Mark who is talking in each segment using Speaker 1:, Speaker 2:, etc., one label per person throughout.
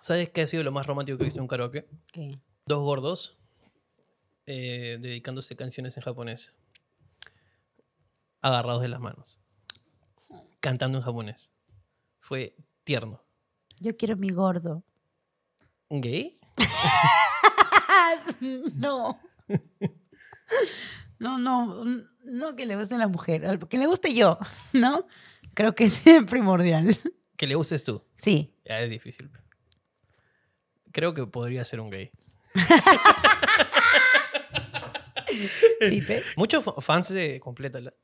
Speaker 1: ¿Sabes qué ha sido lo más romántico que he visto en un karaoke?
Speaker 2: ¿Qué?
Speaker 1: Dos gordos eh, dedicándose canciones en japonés. Agarrados de las manos. Cantando en japonés. Fue tierno.
Speaker 2: Yo quiero mi gordo.
Speaker 1: ¿Gay?
Speaker 2: Ah, no. No, no, no que le guste a la mujer, al- que le guste yo, ¿no? Creo que es primordial.
Speaker 1: Que le uses tú.
Speaker 2: Sí.
Speaker 1: Ya es difícil. Creo que podría ser un gay.
Speaker 2: Sí, pe.
Speaker 1: Muchos fa- fans de Complétala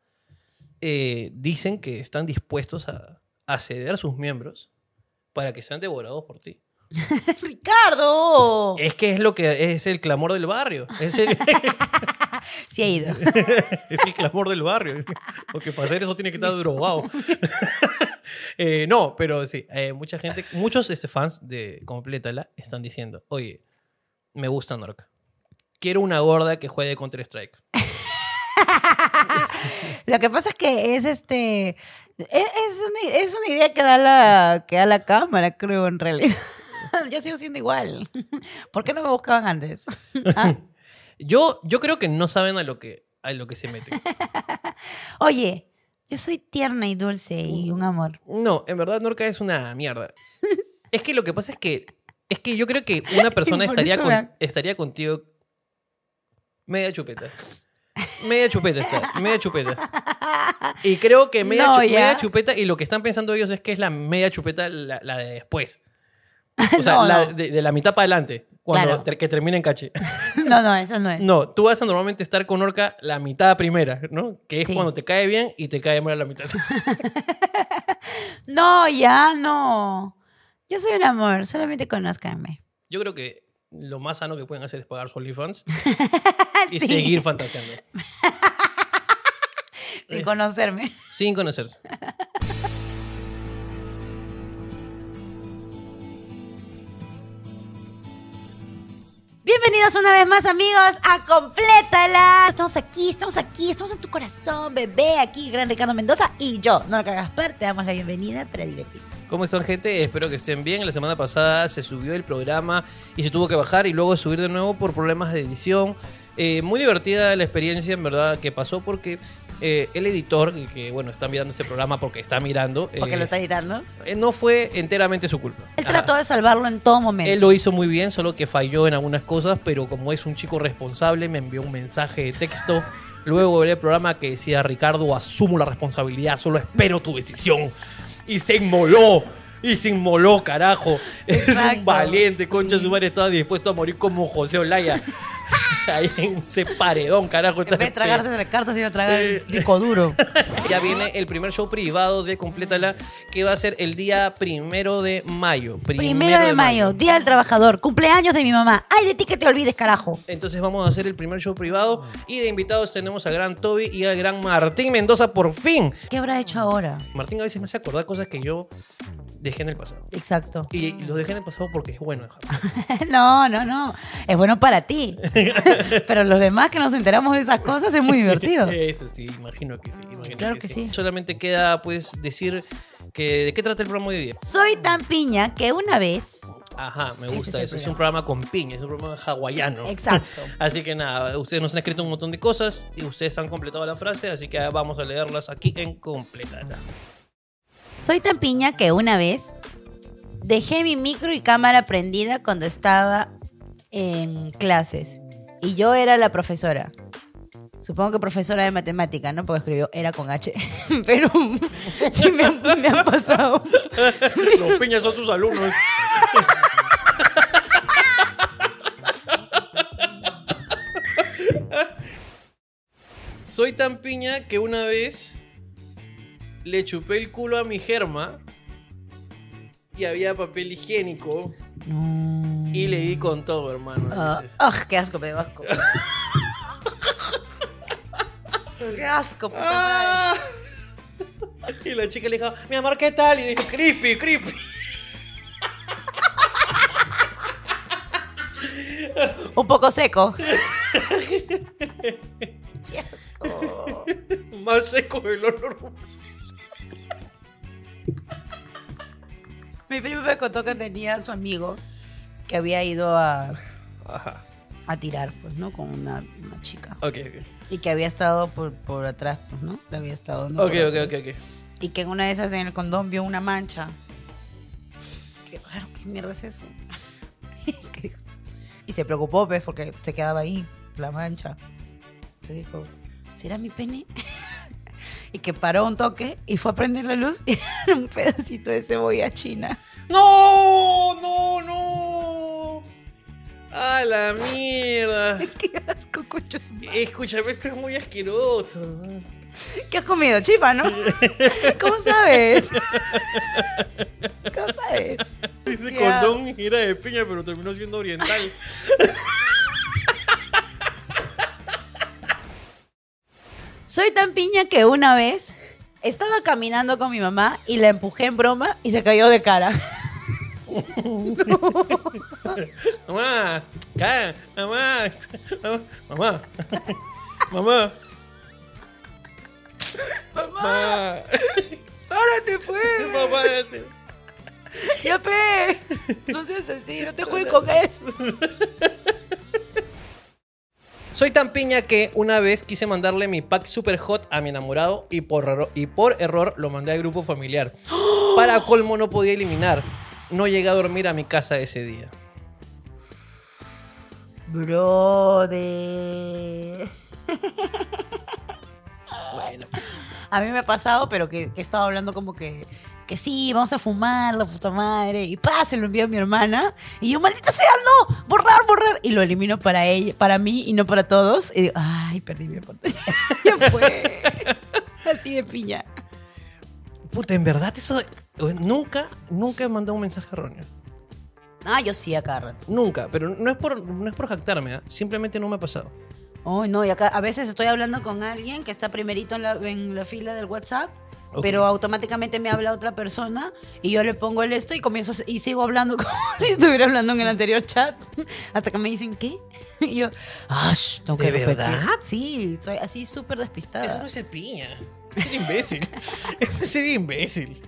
Speaker 1: eh, dicen que están dispuestos a, a ceder sus miembros para que sean devorados por ti.
Speaker 2: ¡Ricardo!
Speaker 1: Es que es lo que es el clamor del barrio. Es el,
Speaker 2: Sí ha ido.
Speaker 1: es el clamor del barrio. Porque para hacer eso tiene que estar drogado. Eh, no, pero sí, eh, mucha gente, muchos este, fans de Complétala están diciendo, oye, me gusta Norca. Quiero una gorda que juegue Counter-Strike.
Speaker 2: Lo que pasa es que es este. Es, es una, es una idea que da, la, que da la cámara, creo, en realidad. Yo sigo siendo igual. ¿Por qué no me buscaban antes? Ah,
Speaker 1: Yo, yo creo que no saben a lo que, a lo que se meten.
Speaker 2: Oye, yo soy tierna y dulce y un amor.
Speaker 1: No, en verdad Norca es una mierda. Es que lo que pasa es que es que yo creo que una persona
Speaker 2: Por
Speaker 1: estaría
Speaker 2: eso
Speaker 1: con-
Speaker 2: me-
Speaker 1: estaría contigo media chupeta. Media chupeta está, media chupeta. Y creo que media,
Speaker 2: No,
Speaker 1: chu-
Speaker 2: ya.
Speaker 1: media chupeta y lo que están pensando ellos es que es la media chupeta la, la de después. O sea,
Speaker 2: No,
Speaker 1: la
Speaker 2: no.
Speaker 1: De, de la mitad para adelante, cuando
Speaker 2: Claro.
Speaker 1: ter- que termina en cache.
Speaker 2: No, no, eso no es.
Speaker 1: No, tú vas a normalmente estar con Orca la mitad primera, ¿no? Que es
Speaker 2: Sí.
Speaker 1: cuando te cae bien y te cae mal la mitad.
Speaker 2: No, ya no. Yo soy un amor, solamente conózcanme.
Speaker 1: Yo creo que lo más sano que pueden hacer es pagar su OnlyFans y
Speaker 2: Sí.
Speaker 1: seguir fantaseando.
Speaker 2: Sin conocerme.
Speaker 1: Sin conocerse.
Speaker 2: Bienvenidos una vez más, amigos, a Complétala. Estamos aquí, estamos aquí, estamos en tu corazón, bebé. Aquí, gran Ricardo Mendoza y yo, Norca Gaspar, te damos la bienvenida para divertirnos.
Speaker 1: ¿Cómo están, gente? Espero que estén bien. La semana pasada se subió el programa y se tuvo que bajar y luego subir de nuevo por problemas de edición. Eh, muy divertida la experiencia, en verdad, que pasó porque eh, el editor, que, que, bueno, está mirando este programa porque está mirando,
Speaker 2: Porque
Speaker 1: eh,
Speaker 2: lo está editando.
Speaker 1: eh, no fue enteramente su culpa.
Speaker 2: Él
Speaker 1: Ah,
Speaker 2: trató de salvarlo en todo momento.
Speaker 1: Él lo hizo muy bien, solo que falló en algunas cosas, pero como es un chico responsable, me envió un mensaje de texto. Luego veré el programa que decía, Ricardo, asumo la responsabilidad, solo espero tu decisión. Y se inmoló, y se inmoló, carajo. Es
Speaker 2: Exacto.
Speaker 1: un valiente, concha, su madre estaba dispuesto a morir como José Olaya. Ahí en ese paredón, carajo.
Speaker 2: En vez de tragarse de las cartas, se iba a tragar
Speaker 1: Eh.
Speaker 2: el disco duro.
Speaker 1: Ya viene el primer show privado de Complétala, que va a ser el día primero de mayo.
Speaker 2: Primero de mayo, Día del Trabajador, cumpleaños de mi mamá. Ay, de ti que te olvides, carajo.
Speaker 1: Entonces vamos a hacer el primer show privado y de invitados tenemos a gran Toby y al gran Martín Mendoza por fin.
Speaker 2: ¿Qué habrá hecho ahora?
Speaker 1: Martín a veces me hace acordar cosas que yo dejé en el pasado.
Speaker 2: Exacto.
Speaker 1: Y, y lo dejé en el pasado porque es bueno. dejarlo.
Speaker 2: No, no, no. Es bueno para ti. Pero los demás que nos enteramos de esas cosas es muy divertido.
Speaker 1: Eso sí, imagino que sí. imagino
Speaker 2: Claro que sí.
Speaker 1: Solamente queda pues decir que de qué trata el programa hoy día.
Speaker 2: Soy tan piña que una vez.
Speaker 1: Ajá, me
Speaker 2: Ese
Speaker 1: gusta
Speaker 2: es el
Speaker 1: eso. Es un programa con piña, es un programa hawaiano.
Speaker 2: Exacto.
Speaker 1: Así que nada, ustedes nos han escrito un montón de cosas y ustedes han completado la frase, así que vamos a leerlas aquí en completada.
Speaker 2: Soy tan piña que una vez dejé mi micro y cámara prendida cuando estaba en clases. Y yo era la profesora. Supongo que profesora de matemática, ¿no? Porque escribió era con H. Pero sí me han, me han pasado.
Speaker 1: Los piñas son tus alumnos. Soy tan piña que una vez le chupé el culo a mi germa y había papel higiénico
Speaker 2: No.
Speaker 1: y le di con todo, hermano.
Speaker 2: Mm. Ah,
Speaker 1: dice.
Speaker 2: ah, ¡Qué asco, pedo asco! ¡Qué asco, puta madre.
Speaker 1: ¡Ah! Y la chica le dijo, mi amor, ¿qué tal? Y dijo, creepy, creepy.
Speaker 2: Un poco seco. ¡Qué asco!
Speaker 1: Más seco el olor.
Speaker 2: Mi primo me contó que tenía a su amigo que había ido a,
Speaker 1: Ajá.
Speaker 2: a tirar, pues, ¿no? Con una, una chica.
Speaker 1: Ok, ok.
Speaker 2: Y que había estado por, por atrás, pues, ¿no? Le había estado dando
Speaker 1: Ok,
Speaker 2: por
Speaker 1: ok,
Speaker 2: atrás.
Speaker 1: ok, ok.
Speaker 2: Y que en una de esas en el condón vio una mancha. Qué raro, qué mierda es eso. Que dijo- y se preocupó, pues, porque se quedaba ahí, la mancha. Se dijo, ¿será mi pene? y que paró un toque y fue a prender la luz y era un pedacito de cebolla china.
Speaker 1: ¡No! ¡No, no! ¡A la mierda!
Speaker 2: qué asco, cocho. su madre.
Speaker 1: Escúchame, esto es muy asqueroso.
Speaker 2: ¿Qué has comido? Chifa, ¿no? ¿Cómo sabes? ¿Cómo sabes?
Speaker 1: Ese
Speaker 2: Qué
Speaker 1: condón era de piña, pero terminó siendo oriental.
Speaker 2: Soy tan piña que una vez estaba caminando con mi mamá y la empujé en broma y se cayó de cara.
Speaker 1: Mamá, acá, mamá, mamá, mamá, mamá,
Speaker 2: ¡Párate, pues!
Speaker 1: mamá, párate.
Speaker 2: ¡Ya, pe! No seas así, no te juegues con eso.
Speaker 1: Soy tan piña que una vez quise mandarle mi pack super hot a mi enamorado y por, erro- y por error lo mandé al grupo familiar. Para colmo no podía eliminar. No llegué a dormir a mi casa ese día.
Speaker 2: Brother.
Speaker 1: Bueno,
Speaker 2: A mí me ha pasado, pero que, que he estado hablando como que, que sí, vamos a fumar, la puta madre. Y pa, se lo envío a mi hermana. Y yo, maldita sea, no, borrar, borrar. Y lo elimino para ella, para mí y no para todos. Y digo, ay, perdí mi oportunidad. ya fue. Así de piña.
Speaker 1: puta, en verdad eso... eh, Nunca, nunca he mandado un mensaje erróneo.
Speaker 2: Ah, yo sí, acá rato.
Speaker 1: Nunca, pero no es por, no es por jactarme, ¿ah? simplemente no me ha pasado.
Speaker 2: Oh, no, y acá a veces estoy hablando con alguien que está primerito en la, en la fila del WhatsApp.
Speaker 1: Ok.
Speaker 2: Pero automáticamente me habla otra persona y yo le pongo el esto y comienzo a- y sigo hablando como si estuviera hablando en el anterior chat. Hasta que me dicen, ¿qué? Y yo, ¡ah! sh, tengo que
Speaker 1: ¿De
Speaker 2: repetir".
Speaker 1: verdad?
Speaker 2: Sí, soy así súper
Speaker 1: Eso no
Speaker 2: despistada.
Speaker 1: es ser piña. Es ser imbécil. es ser imbécil.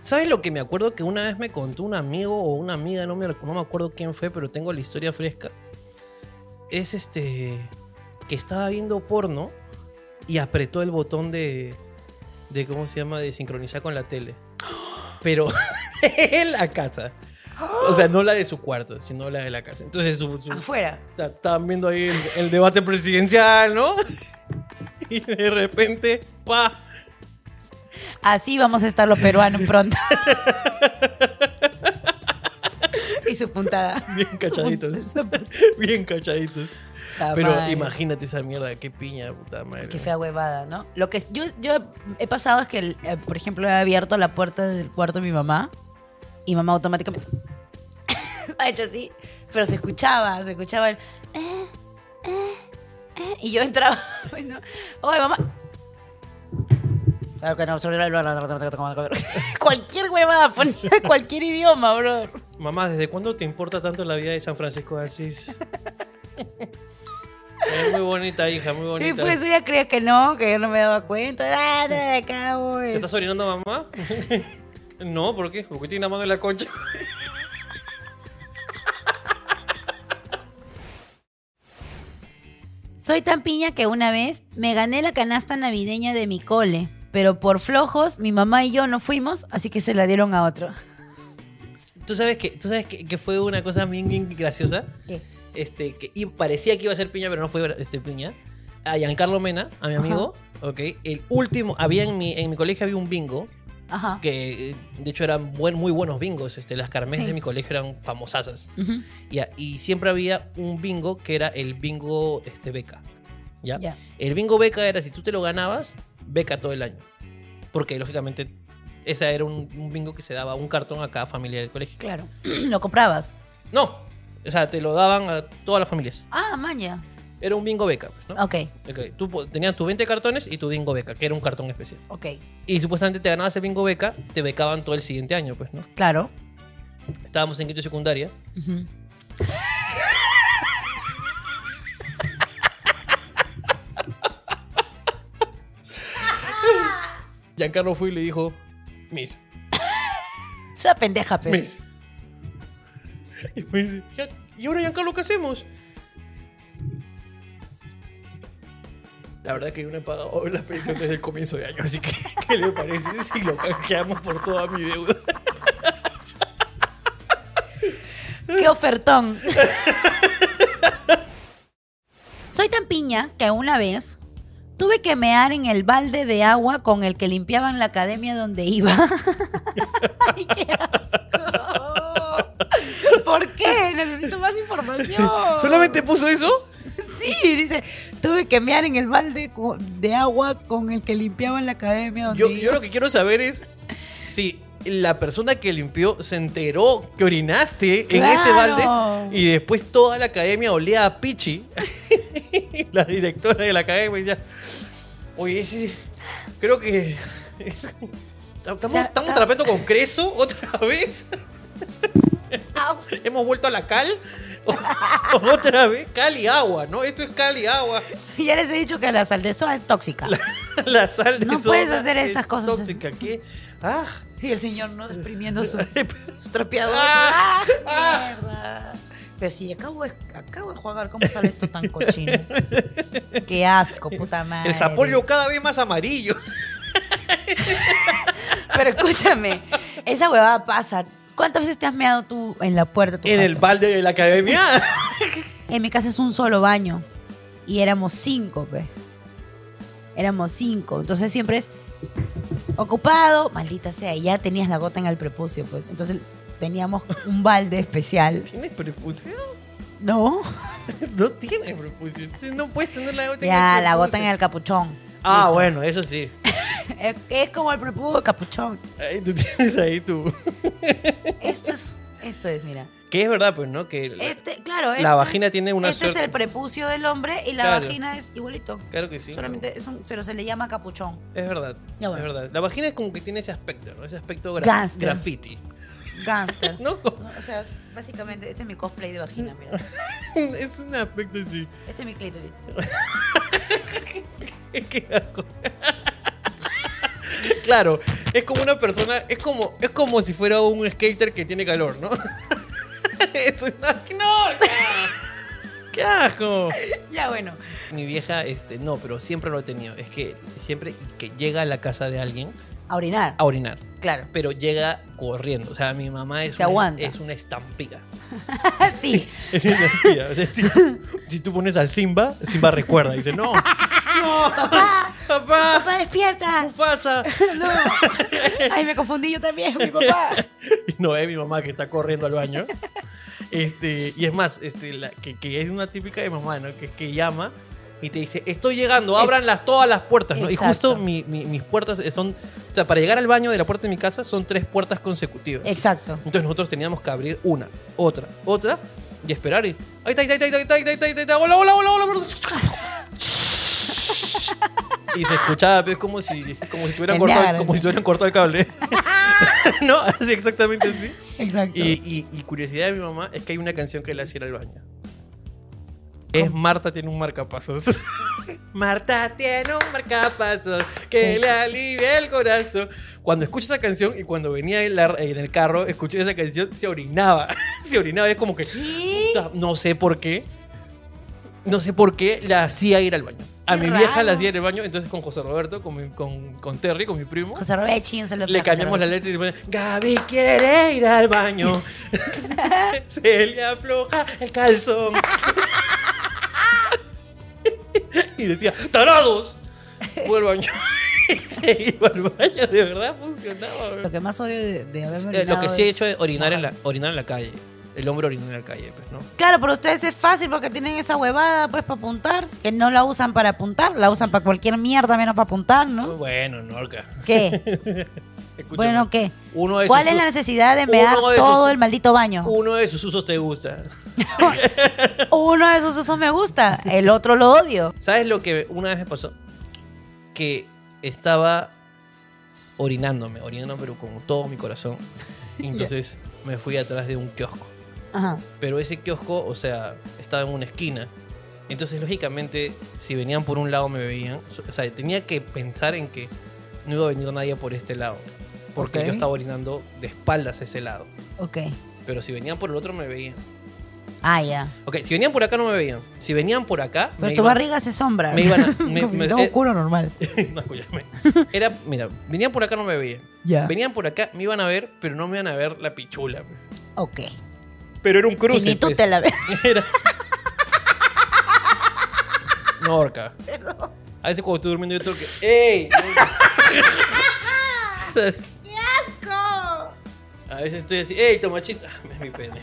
Speaker 1: ¿Sabes lo que me acuerdo que una vez me contó un amigo o una amiga? No me, no me acuerdo quién fue, pero tengo la historia fresca. Es este. que estaba viendo porno y apretó el botón de. de ¿Cómo se llama? De sincronizar con la tele. Pero en la casa. O sea, no la de su cuarto, sino la de la casa. Entonces su- su,
Speaker 2: Afuera.
Speaker 1: Ta- Estaban viendo ahí el, el debate presidencial, ¿no? Y de repente, pa.
Speaker 2: Así vamos a estar los peruanos pronto. y su puntada.
Speaker 1: Bien cachaditos.
Speaker 2: Su puntada.
Speaker 1: Bien cachaditos. Pero imagínate esa mierda, qué piña, puta madre.
Speaker 2: Qué fea huevada, ¿no? Lo que yo, yo he pasado es que, el- eh, por ejemplo, he abierto la puerta del cuarto de mi mamá y mamá automáticamente ha hecho así, pero se escuchaba, se escuchaba el... "Eh, eh, eh", y yo entraba, bueno, ¡ay, mamá! Claro que no, sobre la- cualquier huevada, ponía cualquier idioma, bro.
Speaker 1: Mamá, ¿desde cuándo te importa tanto la vida de San Francisco de Asís? Es muy bonita, hija, muy
Speaker 2: Y
Speaker 1: bonita.
Speaker 2: pues ella creía que no, que yo no me daba cuenta. ¡Ah, no, de acá, voy!
Speaker 1: ¿Te estás orinando, mamá? No, ¿por qué? Porque tiene la mano en la concha.
Speaker 2: Soy tan piña que una vez me gané la canasta navideña de mi cole, pero por flojos mi mamá y yo no fuimos, así que se la dieron a otro.
Speaker 1: ¿Tú sabes que, tú sabes que, que fue una cosa bien, bien graciosa?
Speaker 2: ¿Qué?
Speaker 1: este, que y parecía que iba a ser piña, pero no fue este, piña. A Giancarlo Mena, a mi amigo, ok. El último, había en mi, en mi colegio había un bingo,
Speaker 2: Ajá.
Speaker 1: que eh, de hecho eran buen, muy buenos bingos. Este, las carmes
Speaker 2: Sí.
Speaker 1: de mi colegio eran famosas.
Speaker 2: Ujú.
Speaker 1: Ya, y siempre había un bingo que era el bingo este, beca. ¿ya?
Speaker 2: Ya.
Speaker 1: El bingo beca era si tú te lo ganabas, beca todo el año. Porque lógicamente ese era un, un bingo que se daba un cartón a cada familia del colegio.
Speaker 2: Claro. lo comprabas.
Speaker 1: No, o sea, te lo daban a todas las familias.
Speaker 2: Ah, maña.
Speaker 1: Era un bingo beca, pues, ¿no?
Speaker 2: Ok,
Speaker 1: Ok, Tú po- tenías tus 20 cartones y tu bingo beca, que era un cartón especial.
Speaker 2: ok.
Speaker 1: Y supuestamente te ganabas el bingo beca, te becaban todo el siguiente año, pues, ¿no?
Speaker 2: Claro.
Speaker 1: Estábamos en quinto de secundaria.
Speaker 2: Ujú.
Speaker 1: Giancarlo fue y le dijo, Miss,
Speaker 2: Es una pendeja, pero.
Speaker 1: Miss, Y me dice, "Ya- ¿y ahora, Giancarlo, qué hacemos? La verdad que yo no he pagado la pensión desde el comienzo de año, así que, ¿qué le parece si lo canjeamos por toda mi deuda?
Speaker 2: ¡Qué ofertón! Soy tan piña que una vez tuve que mear en el balde de agua con el que limpiaban la academia donde iba. ¡Ay, qué asco! ¿Por qué? Necesito más información.
Speaker 1: ¿Solamente puso eso?
Speaker 2: Sí, dice, tuve que mear en el balde co- de agua con el que limpiaban la academia donde
Speaker 1: Yo,
Speaker 2: iba.
Speaker 1: yo lo que quiero saber es si la persona que limpió se enteró que orinaste en ese
Speaker 2: Claro.
Speaker 1: balde y después toda la academia olía a pichi. la directora de la academia decía, oye, ese- creo que... ¿Estamos,
Speaker 2: O sea, ah.
Speaker 1: estamos
Speaker 2: ta-
Speaker 1: trapeando con creso otra vez?
Speaker 2: Ah,
Speaker 1: ¿Hemos vuelto a la cal? otra vez, cal y agua, ¿no? Esto es cal y agua.
Speaker 2: Ya les he dicho que la sal de soda es tóxica.
Speaker 1: La sal de
Speaker 2: No
Speaker 1: soda
Speaker 2: puedes hacer
Speaker 1: es
Speaker 2: estas cosas.
Speaker 1: Tóxica, ¿qué? Ah,
Speaker 2: Y el señor no exprimiendo su, su trapeador.
Speaker 1: pues. Ah,
Speaker 2: ¡Ah, mierda! Pero si acabo, de- acabo de jugar, ¿cómo sale esto tan cochino? Qué asco, puta madre.
Speaker 1: El sapollo cada vez más amarillo.
Speaker 2: Pero escúchame, esa huevada pasa. ¿Cuántas veces te has meado tú en la puerta? de tu
Speaker 1: En
Speaker 2: casa?
Speaker 1: el balde de la academia.
Speaker 2: En mi casa es un solo baño. Y éramos cinco, pues. Éramos cinco. Entonces siempre es ocupado, maldita sea. y Ya tenías la gota en el prepucio, pues. Entonces teníamos un balde especial.
Speaker 1: ¿Tienes prepucio?
Speaker 2: ¿No?
Speaker 1: No tienes prepucio. Entonces, No puedes tener la gota
Speaker 2: Ya,
Speaker 1: el
Speaker 2: la
Speaker 1: prepucio.
Speaker 2: gota en el capuchón.
Speaker 1: Ah, bueno, eso sí.
Speaker 2: Es, es como el prepucio capuchón.
Speaker 1: Ahí tú tienes ahí tu.
Speaker 2: Esto es, esto es, mira.
Speaker 1: Que es verdad, pues, ¿no? Que.
Speaker 2: Este, claro,
Speaker 1: La
Speaker 2: este es-
Speaker 1: vagina tiene una
Speaker 2: Este es
Speaker 1: suerte-
Speaker 2: el prepucio del hombre y la
Speaker 1: Claro.
Speaker 2: vagina es igualito.
Speaker 1: Claro que sí.
Speaker 2: Solamente es un, pero se le llama capuchón.
Speaker 1: Es verdad.
Speaker 2: Ya, bueno.
Speaker 1: Es verdad. La vagina es como que tiene ese aspecto, ¿no? Ese aspecto gra-
Speaker 2: Gangster.
Speaker 1: graffiti.
Speaker 2: Gangster.
Speaker 1: ¿No?
Speaker 2: No, O sea, es- básicamente, este es mi cosplay de vagina, mira.
Speaker 1: es un aspecto así.
Speaker 2: Este es mi clítoris.
Speaker 1: Qué asco. Claro, es como una persona, es como, es como si fuera un skater que tiene calor, ¿no? Eso es una- ¡No! ¡Qué asco!
Speaker 2: Ya, bueno.
Speaker 1: Mi vieja, este, no, pero siempre lo he tenido. Es que siempre que llega a la casa de alguien
Speaker 2: A orinar.
Speaker 1: a orinar,
Speaker 2: Claro.
Speaker 1: pero llega corriendo. O sea, mi mamá es,
Speaker 2: Se
Speaker 1: una,
Speaker 2: aguanta.
Speaker 1: es una estampiga.
Speaker 2: sí.
Speaker 1: Es una estampiga. O sea, si, si tú pones a Simba, Simba recuerda. Dice, no, no,
Speaker 2: Papá,
Speaker 1: papá,
Speaker 2: papá, despierta.
Speaker 1: Mufasa.
Speaker 2: No. Ay, me confundí yo también, mi papá.
Speaker 1: y no ve mi mamá que está corriendo al baño. Este, y es más, este, la- que, que es una típica de mamá, ¿no? Que, que llama y te dice, estoy llegando, abran las, todas las puertas, ¿no? Y
Speaker 2: Exacto.
Speaker 1: justo mi- mi- mis puertas son, o sea, para llegar al baño de la puerta de mi casa son tres puertas consecutivas.
Speaker 2: Exacto.
Speaker 1: Entonces nosotros teníamos que abrir una, otra, otra y esperar. Y, ahí está, ahí está, ahí está, ahí está, ahí está, ahí está, ahí está, hola, hola, hola, hola. hola". Y se escuchaba, pues, como si, como si tuvieran
Speaker 2: El
Speaker 1: cortado,
Speaker 2: Niágara.
Speaker 1: como si tuvieran cortado el cable. no, así exactamente así.
Speaker 2: Exacto.
Speaker 1: Y, y- y curiosidad de mi mamá es que hay una canción que le hacía ir al baño. Es Marta tiene un marcapasos. Marta tiene un marcapasos que le alivia el corazón. Cuando escucho esa canción y cuando venía en, la- en el carro, escuché esa canción, se orinaba. se orinaba. Es como que.
Speaker 2: ¿Qué?
Speaker 1: puta, No sé por qué. No sé por qué la hacía ir al baño. A
Speaker 2: Qué
Speaker 1: mi vieja
Speaker 2: raro.
Speaker 1: la hacía ir al baño. Entonces con José Roberto, con, mi- con, con Terry, con mi primo.
Speaker 2: José Robechi, un saludo
Speaker 1: Le
Speaker 2: para José
Speaker 1: cambiamos la letra
Speaker 2: Robechi.
Speaker 1: y le ponen, Gaby quiere ir al baño. Se le afloja el calzón. y decía, ¡tarados! Fue al baño. y se iba al baño, de verdad funcionaba. bro.
Speaker 2: Lo que más odio de, de haberme
Speaker 1: Eh, lo
Speaker 2: orinado
Speaker 1: que sí he
Speaker 2: es-
Speaker 1: hecho es orinar en, la, orinar en la calle. El hombre orina en la calle, pues, ¿no?
Speaker 2: Claro, para ustedes es fácil porque tienen esa huevada, pues, para apuntar. Que no la usan para apuntar, la usan para cualquier mierda menos para apuntar, ¿no?
Speaker 1: Bueno, Norca.
Speaker 2: ¿Qué?
Speaker 1: Escúchame.
Speaker 2: bueno, ¿qué?
Speaker 1: Uno de
Speaker 2: ¿Cuál
Speaker 1: sus-
Speaker 2: es la necesidad de
Speaker 1: uno
Speaker 2: mear
Speaker 1: de esos-
Speaker 2: todo el maldito baño?
Speaker 1: Uno de sus usos te gusta.
Speaker 2: Uno de esos usos me gusta, el otro lo odio.
Speaker 1: ¿Sabes lo que una vez me pasó? Que estaba orinándome, orinándome pero con todo mi corazón. Y Entonces me fui atrás de un kiosco.
Speaker 2: Ajá.
Speaker 1: Pero ese kiosco, o sea, estaba en una esquina. Entonces, lógicamente, si venían por un lado me veían. O sea, tenía que pensar en que no iba a venir nadie por este lado. Porque
Speaker 2: Ok.
Speaker 1: yo estaba orinando de espaldas a ese lado.
Speaker 2: Ok.
Speaker 1: Pero si venían por el otro, me veían.
Speaker 2: Ah, ya.
Speaker 1: Ok, si venían por acá, no me veían. Si venían por acá.
Speaker 2: Pero
Speaker 1: me
Speaker 2: tu
Speaker 1: iban-
Speaker 2: barriga se sombra.
Speaker 1: Me iban a- me-
Speaker 2: Como
Speaker 1: me-
Speaker 2: si tengo
Speaker 1: eh,
Speaker 2: culo Ah. normal.
Speaker 1: no, escúchame. Era, mira, venían por acá, no me veían.
Speaker 2: Ya.
Speaker 1: Venían por acá, me iban a ver, pero no me iban a ver la pichula. pues.
Speaker 2: Ok.
Speaker 1: Pero era un cruce.
Speaker 2: Si ni tú
Speaker 1: pues.
Speaker 2: te la ves.
Speaker 1: Era- No, orca. A veces cuando estoy durmiendo yo tengo que... ¡Ey!
Speaker 2: ¡Asco!
Speaker 1: A veces estoy así... ¡Ey, tomachita! Es mi pene.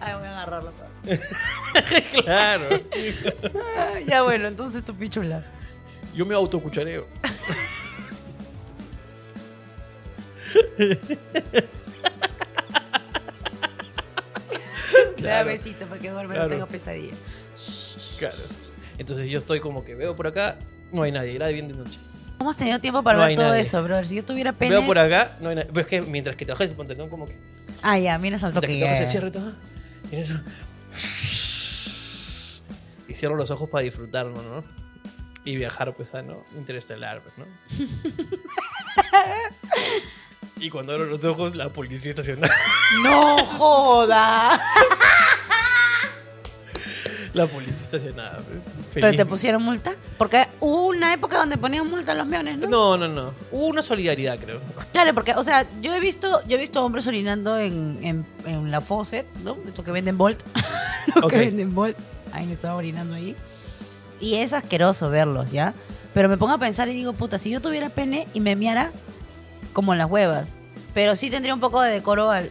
Speaker 2: Ay, voy a agarrarlo.
Speaker 1: claro.
Speaker 2: ya bueno, entonces tu pichula.
Speaker 1: Yo me autocuchareo.
Speaker 2: Le da
Speaker 1: Claro.
Speaker 2: besito para que duerma,
Speaker 1: Claro.
Speaker 2: no tenga pesadilla.
Speaker 1: Claro. Entonces yo estoy como que veo por acá, no hay nadie. Era bien de noche.
Speaker 2: Hemos tenido tiempo para
Speaker 1: No
Speaker 2: ver
Speaker 1: hay
Speaker 2: todo
Speaker 1: nadie.
Speaker 2: eso, brother. Si yo tuviera pene...
Speaker 1: Veo por acá, no hay nadie. Pero es que mientras que te bajas el pantalón como que...
Speaker 2: Ah, ya, mira, salto
Speaker 1: Mientras
Speaker 2: que
Speaker 1: que te bajas el
Speaker 2: ya.
Speaker 1: cierre y todo... ah, y en eso- Y cierro los ojos para disfrutar, ¿no? ¿no? Y viajar, pues, a, ¿no? Interestelar, pues, ¿no? y cuando abro los ojos, la policía estacionada.
Speaker 2: ¡No joda!
Speaker 1: La policía estacionada, pues.
Speaker 2: ¿Pero
Speaker 1: Feliz.
Speaker 2: te pusieron multa? Porque hubo una época donde ponían multa a los meones, ¿no?
Speaker 1: No, no, no. Hubo una solidaridad, creo.
Speaker 2: Claro, porque, o sea, yo he visto, yo he visto hombres orinando en, en, en la faucet, ¿no? Esto que venden Bolt. Lo
Speaker 1: Ok.
Speaker 2: que venden Bolt. Alguien estaba orinando ahí. Y es asqueroso verlos, ¿ya? Pero me pongo a pensar y digo, puta, si yo tuviera pene y me miara como las huevas. Pero sí tendría un poco de decoro al.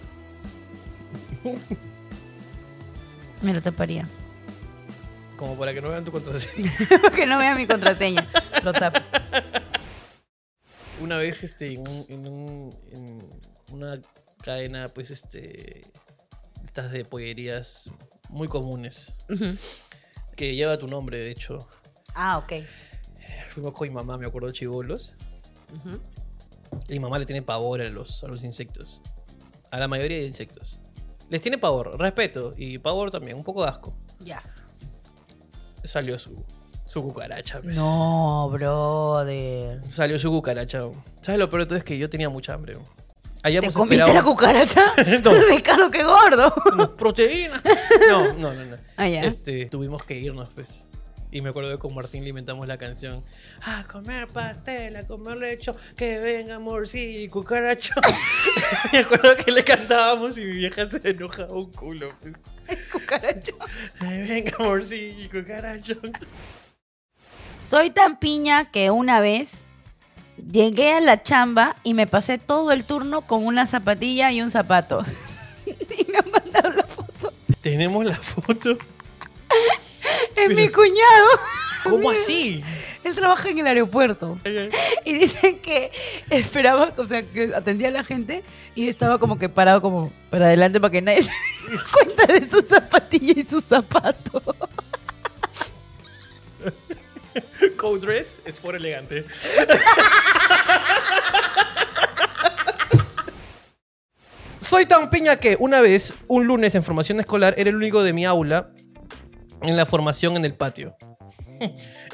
Speaker 2: Me lo taparía.
Speaker 1: Como para que no vean tu contraseña.
Speaker 2: que no vea mi contraseña. Lo tapo.
Speaker 1: Una vez, este, en, un- en un- en una cadena, pues, este... Estas de pollerías muy comunes.
Speaker 2: Ujú.
Speaker 1: Que lleva tu nombre, de hecho.
Speaker 2: Ah, ok.
Speaker 1: Fuimos con mi mamá, me acuerdo, chivolos.
Speaker 2: Ujú.
Speaker 1: Y mi mamá le tiene pavor a los, a los insectos. A la mayoría de insectos. Les tiene pavor, respeto y pavor también, un poco de asco.
Speaker 2: Ya.
Speaker 1: Salió su, su cucaracha. pues.
Speaker 2: No, brother.
Speaker 1: Salió su cucaracha. weón. ¿Sabes lo peor de todo? Es que yo tenía mucha hambre. weón. pues, Hayamos
Speaker 2: ¿Te comiste
Speaker 1: esperado
Speaker 2: la cucaracha?
Speaker 1: No.
Speaker 2: De caro que gordo.
Speaker 1: unas proteínas. No, no, no. no.
Speaker 2: Ah, ya.
Speaker 1: Este, tuvimos que irnos, pues. Y me acuerdo que con Martín le inventamos la canción. A comer pastel, a comer lecho, que venga morcilla y cucaracho. me acuerdo que le cantábamos y mi vieja se enojaba un culo. pues.
Speaker 2: Cucaracho.
Speaker 1: Ay, venga morcilla y cucaracho.
Speaker 2: Soy tan piña que una vez llegué a la chamba y me pasé todo el turno con una zapatilla y un zapato. y me han mandado la foto.
Speaker 1: Tenemos la foto.
Speaker 2: Es mi cuñado.
Speaker 1: ¿Cómo así?
Speaker 2: Él trabaja en el aeropuerto. Y dicen que esperaba, o sea, que atendía a la gente y estaba como que parado como para adelante para que nadie se diera cuenta de su zapatilla y su zapato.
Speaker 1: Code dress es por elegante. Soy tan piña que una vez, un lunes en formación escolar, era el único de mi aula en la formación en el patio.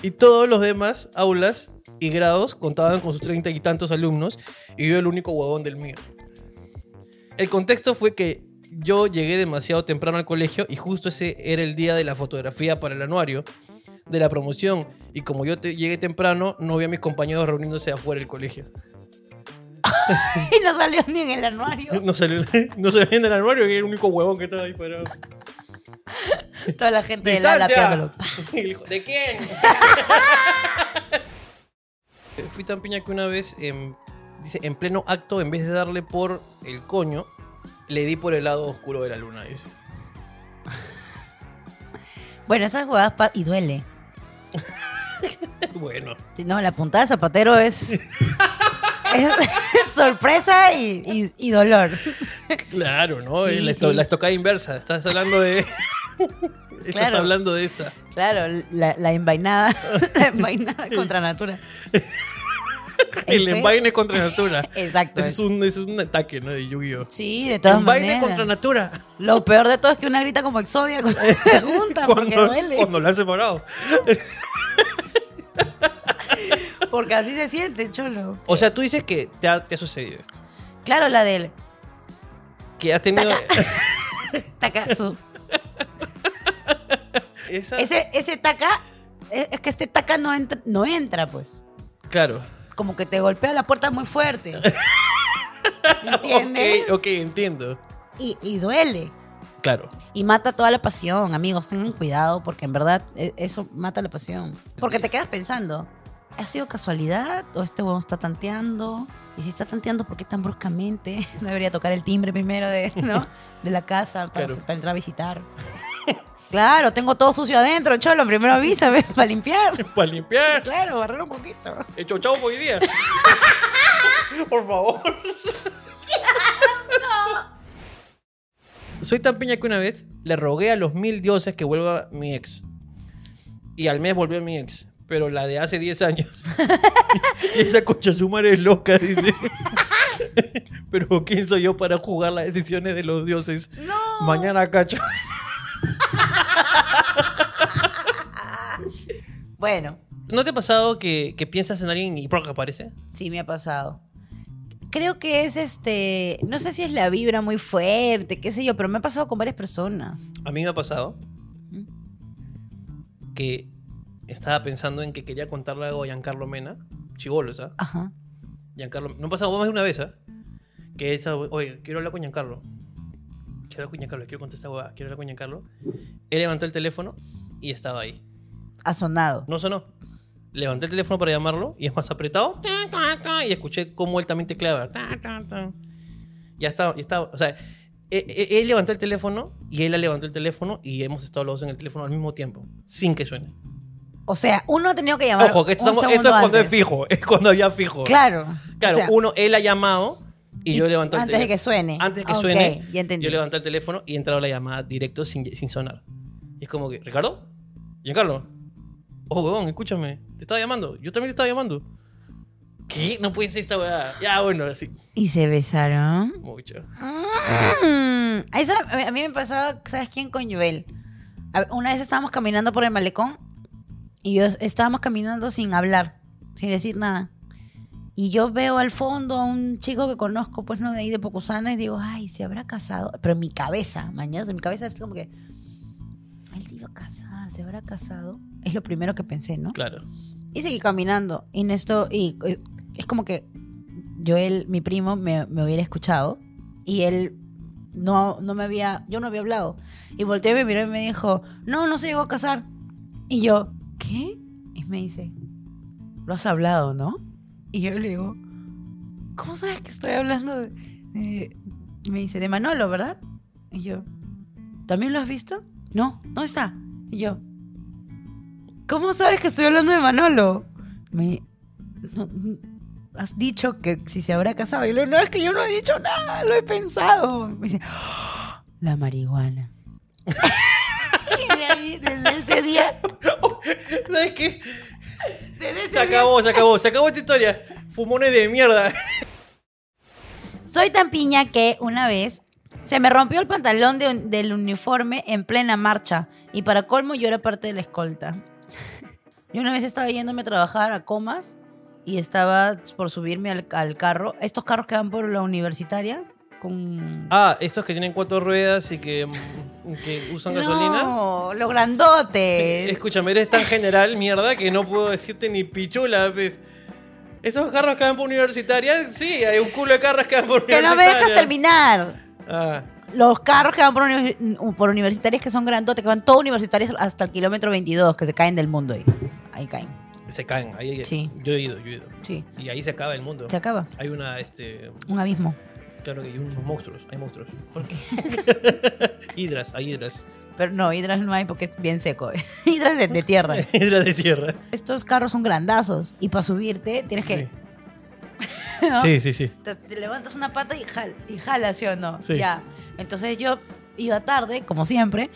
Speaker 1: Y todos los demás aulas y grados contaban con sus treinta y tantos alumnos y yo el único huevón del mío. El contexto fue que yo llegué demasiado temprano al colegio y justo ese era el día de la fotografía para el anuario de la promoción. Y como yo te- llegué temprano, no vi a mis compañeros reuniéndose afuera del colegio.
Speaker 2: Y no salió ni en el anuario.
Speaker 1: No salió, no salió en el armario, que era el único huevón que estaba ahí parado.
Speaker 2: Toda la gente de la
Speaker 1: ¡Distancia!
Speaker 2: lapeándolo.
Speaker 1: Y el hijo, ¿De quién? Fui tan piña que una vez, en, dice, en pleno acto, en vez de darle por el coño, le di por el lado oscuro de la luna, dice.
Speaker 2: Bueno, esas huevadas pa- y duele.
Speaker 1: Bueno.
Speaker 2: Sí, No, la puntada de zapatero es, es sorpresa y, y- y dolor.
Speaker 1: Claro, ¿no?
Speaker 2: Sí,
Speaker 1: la, esto-
Speaker 2: sí.
Speaker 1: la estocada inversa. Estás hablando de... Estás
Speaker 2: Claro.
Speaker 1: hablando de esa.
Speaker 2: Claro, la, la envainada, la envainada contra natura.
Speaker 1: El
Speaker 2: Ese-
Speaker 1: envaine contra natura.
Speaker 2: Exacto.
Speaker 1: Ese es un, es un ataque, ¿no? De Yu-Gi-Oh!
Speaker 2: Sí, de todas
Speaker 1: Un baile
Speaker 2: maneras.
Speaker 1: contra Natura.
Speaker 2: Lo peor de todo es que una grita como exodia cuando se junta porque
Speaker 1: Cuando,
Speaker 2: duele.
Speaker 1: cuando lo han separado.
Speaker 2: Porque así se siente, cholo.
Speaker 1: O sea, tú dices que te ha, te ha sucedido esto.
Speaker 2: Claro, la del.
Speaker 1: que has tenido.
Speaker 2: Takatsu.
Speaker 1: esa-
Speaker 2: Ese, ese taca, es es que este taca no entra, no entra, pues.
Speaker 1: Claro.
Speaker 2: Como que te golpea la puerta muy fuerte. ¿Me ¿Entiendes?
Speaker 1: Ok, ok, entiendo.
Speaker 2: Y, y duele.
Speaker 1: Claro.
Speaker 2: Y mata toda la pasión, amigos. Tengan cuidado porque en verdad e- eso mata la pasión. Porque te quedas pensando, ¿ha sido casualidad? ¿O este huevón está tanteando? Y si está tanteando, ¿por qué tan bruscamente? Debería tocar el timbre primero de, ¿no? de la casa para,
Speaker 1: Claro.
Speaker 2: para entrar a visitar. Claro, tengo todo sucio adentro, cholo. Primero avísame para limpiar.
Speaker 1: Para limpiar.
Speaker 2: Claro, barrer un poquito.
Speaker 1: He chau hoy día. Por favor. Soy tan piña que una vez le rogué a los mil dioses que vuelva mi ex. Y al mes volvió mi ex. Pero la de hace 10 años. y esa concha su madre es loca, dice. pero ¿quién soy yo para jugar las decisiones de los dioses?
Speaker 2: No.
Speaker 1: Mañana cacho.
Speaker 2: Bueno,
Speaker 1: ¿No te ha pasado que, que piensas en alguien y que aparece?
Speaker 2: Sí, me ha pasado. Creo que es este, no sé si es la vibra muy fuerte, qué sé yo, pero me ha pasado con varias personas.
Speaker 1: A mí me ha pasado que estaba pensando en que quería contarle algo a Giancarlo Mena, chivolo, ¿sabes?
Speaker 2: Ajá.
Speaker 1: Giancarlo, no ha pasado más de una vez, ¿ah? Que esta, oye, quiero hablar con Giancarlo. Quiero hablar con Giancarlo, quiero contestar esta huevada, quiero hablar con Giancarlo. Él levantó el teléfono y estaba ahí.
Speaker 2: Ha sonado.
Speaker 1: No sonó. Levanté el teléfono para llamarlo y es más apretado. ta, ta, ta, Y escuché cómo él también tecleaba. ta, ta, ta. Ya estaba, ya estaba. O sea, e- e- él levantó el teléfono y él levantó el teléfono y hemos estado los dos en el teléfono al mismo tiempo, sin que suene.
Speaker 2: O sea, uno ha tenido que llamar.
Speaker 1: Ojo, que esto,
Speaker 2: un
Speaker 1: estamos- esto
Speaker 2: segundo
Speaker 1: es cuando es
Speaker 2: antes.
Speaker 1: fijo, es cuando había fijo.
Speaker 2: Claro.
Speaker 1: Claro,
Speaker 2: O sea,
Speaker 1: uno, él ha llamado y, yo
Speaker 2: y-
Speaker 1: levanto el
Speaker 2: antes de
Speaker 1: teléfono.
Speaker 2: que suene.
Speaker 1: Antes de que
Speaker 2: Ok,
Speaker 1: suene,
Speaker 2: ya entendí.
Speaker 1: yo levanto el teléfono y he entrado la llamada directo sin, sin sonar. Y es como que, ¿Ricardo? ¿Giancarlo? Oh, huevón, escúchame. Te estaba llamando. Yo también te estaba llamando. ¿Qué? No puede ser esta weá. Ya, bueno, así.
Speaker 2: Y se besaron.
Speaker 1: Mucho.
Speaker 2: Mm. A esa- a mí me pasaba, ¿sabes quién? Con Joel. A- Una vez estábamos caminando por el malecón y yo estábamos caminando sin hablar, sin decir nada. Y yo veo al fondo a un chico que conozco, pues no de ahí de Pocusana, y digo, ay, se habrá casado. Pero en mi cabeza, mañana, en mi cabeza es como que, él se iba a casar, se habrá casado. Es lo primero que pensé, ¿no?
Speaker 1: Claro.
Speaker 2: Y seguí caminando. Y en esto, y eh, es como que Joel, mi primo, me, me hubiera escuchado. Y él no, no me había, yo no había hablado. Y volteó y me miró y me dijo, no, no se llegó a casar. Y yo, ¿qué? Y me dice, lo has hablado, ¿no? Y yo le digo, ¿cómo sabes que estoy hablando de...? de-?" Y me dice, de Manolo, ¿verdad? Y yo, ¿también lo has visto? No, ¿dónde está? Y yo, ¿Cómo sabes que estoy hablando de Manolo? Me. no, n- has dicho que si se habrá casado. Y yo le digo, no, es que yo no he dicho nada, lo he pensado. Me dice, "Ah, la marihuana. y de ahí, desde ese día.
Speaker 1: ¿Sabes qué?
Speaker 2: Desde ese
Speaker 1: Se acabó, se acabó, se acabó esta historia. Fumones de mierda.
Speaker 2: día- Soy tan piña que una vez se me rompió el pantalón de un- del uniforme en plena marcha. Y para colmo, yo era parte de la escolta. Yo una vez estaba yéndome a trabajar a comas y estaba por subirme al, al carro. Estos carros que van por la universitaria con...
Speaker 1: Ah, estos que tienen cuatro ruedas y que, mm, que usan gasolina.
Speaker 2: No, los grandotes.
Speaker 1: Escúchame, eres tan general, mierda, que no puedo decirte ni pichula, pues. Esos carros que van por universitaria, sí, hay un culo de carros que van por
Speaker 2: Que no me
Speaker 1: universitaria.
Speaker 2: dejas terminar.
Speaker 1: Ah,
Speaker 2: Los carros que van por, uni- por universitarias que son grandotes, que van todos universitarios hasta el kilómetro 22, que se caen del mundo ahí. Ahí caen.
Speaker 1: se caen. Ahí, ahí-
Speaker 2: Sí.
Speaker 1: Yo he ido, yo he ido.
Speaker 2: Sí.
Speaker 1: Y ahí se acaba el mundo.
Speaker 2: Se acaba.
Speaker 1: Hay una, este.
Speaker 2: Un abismo.
Speaker 1: Claro que hay unos monstruos, hay monstruos. hidras, hay hidras.
Speaker 2: Pero no, hidras no hay porque es bien seco. eh. hidras de- de tierra.
Speaker 1: hidras de tierra.
Speaker 2: Estos carros son grandazos y para subirte tienes que... ¿no?
Speaker 1: Sí, sí, sí.
Speaker 2: te, te levantas una pata y, jal- y jala, ¿sí o no?
Speaker 1: Sí.
Speaker 2: Ya. Entonces yo iba tarde, como siempre.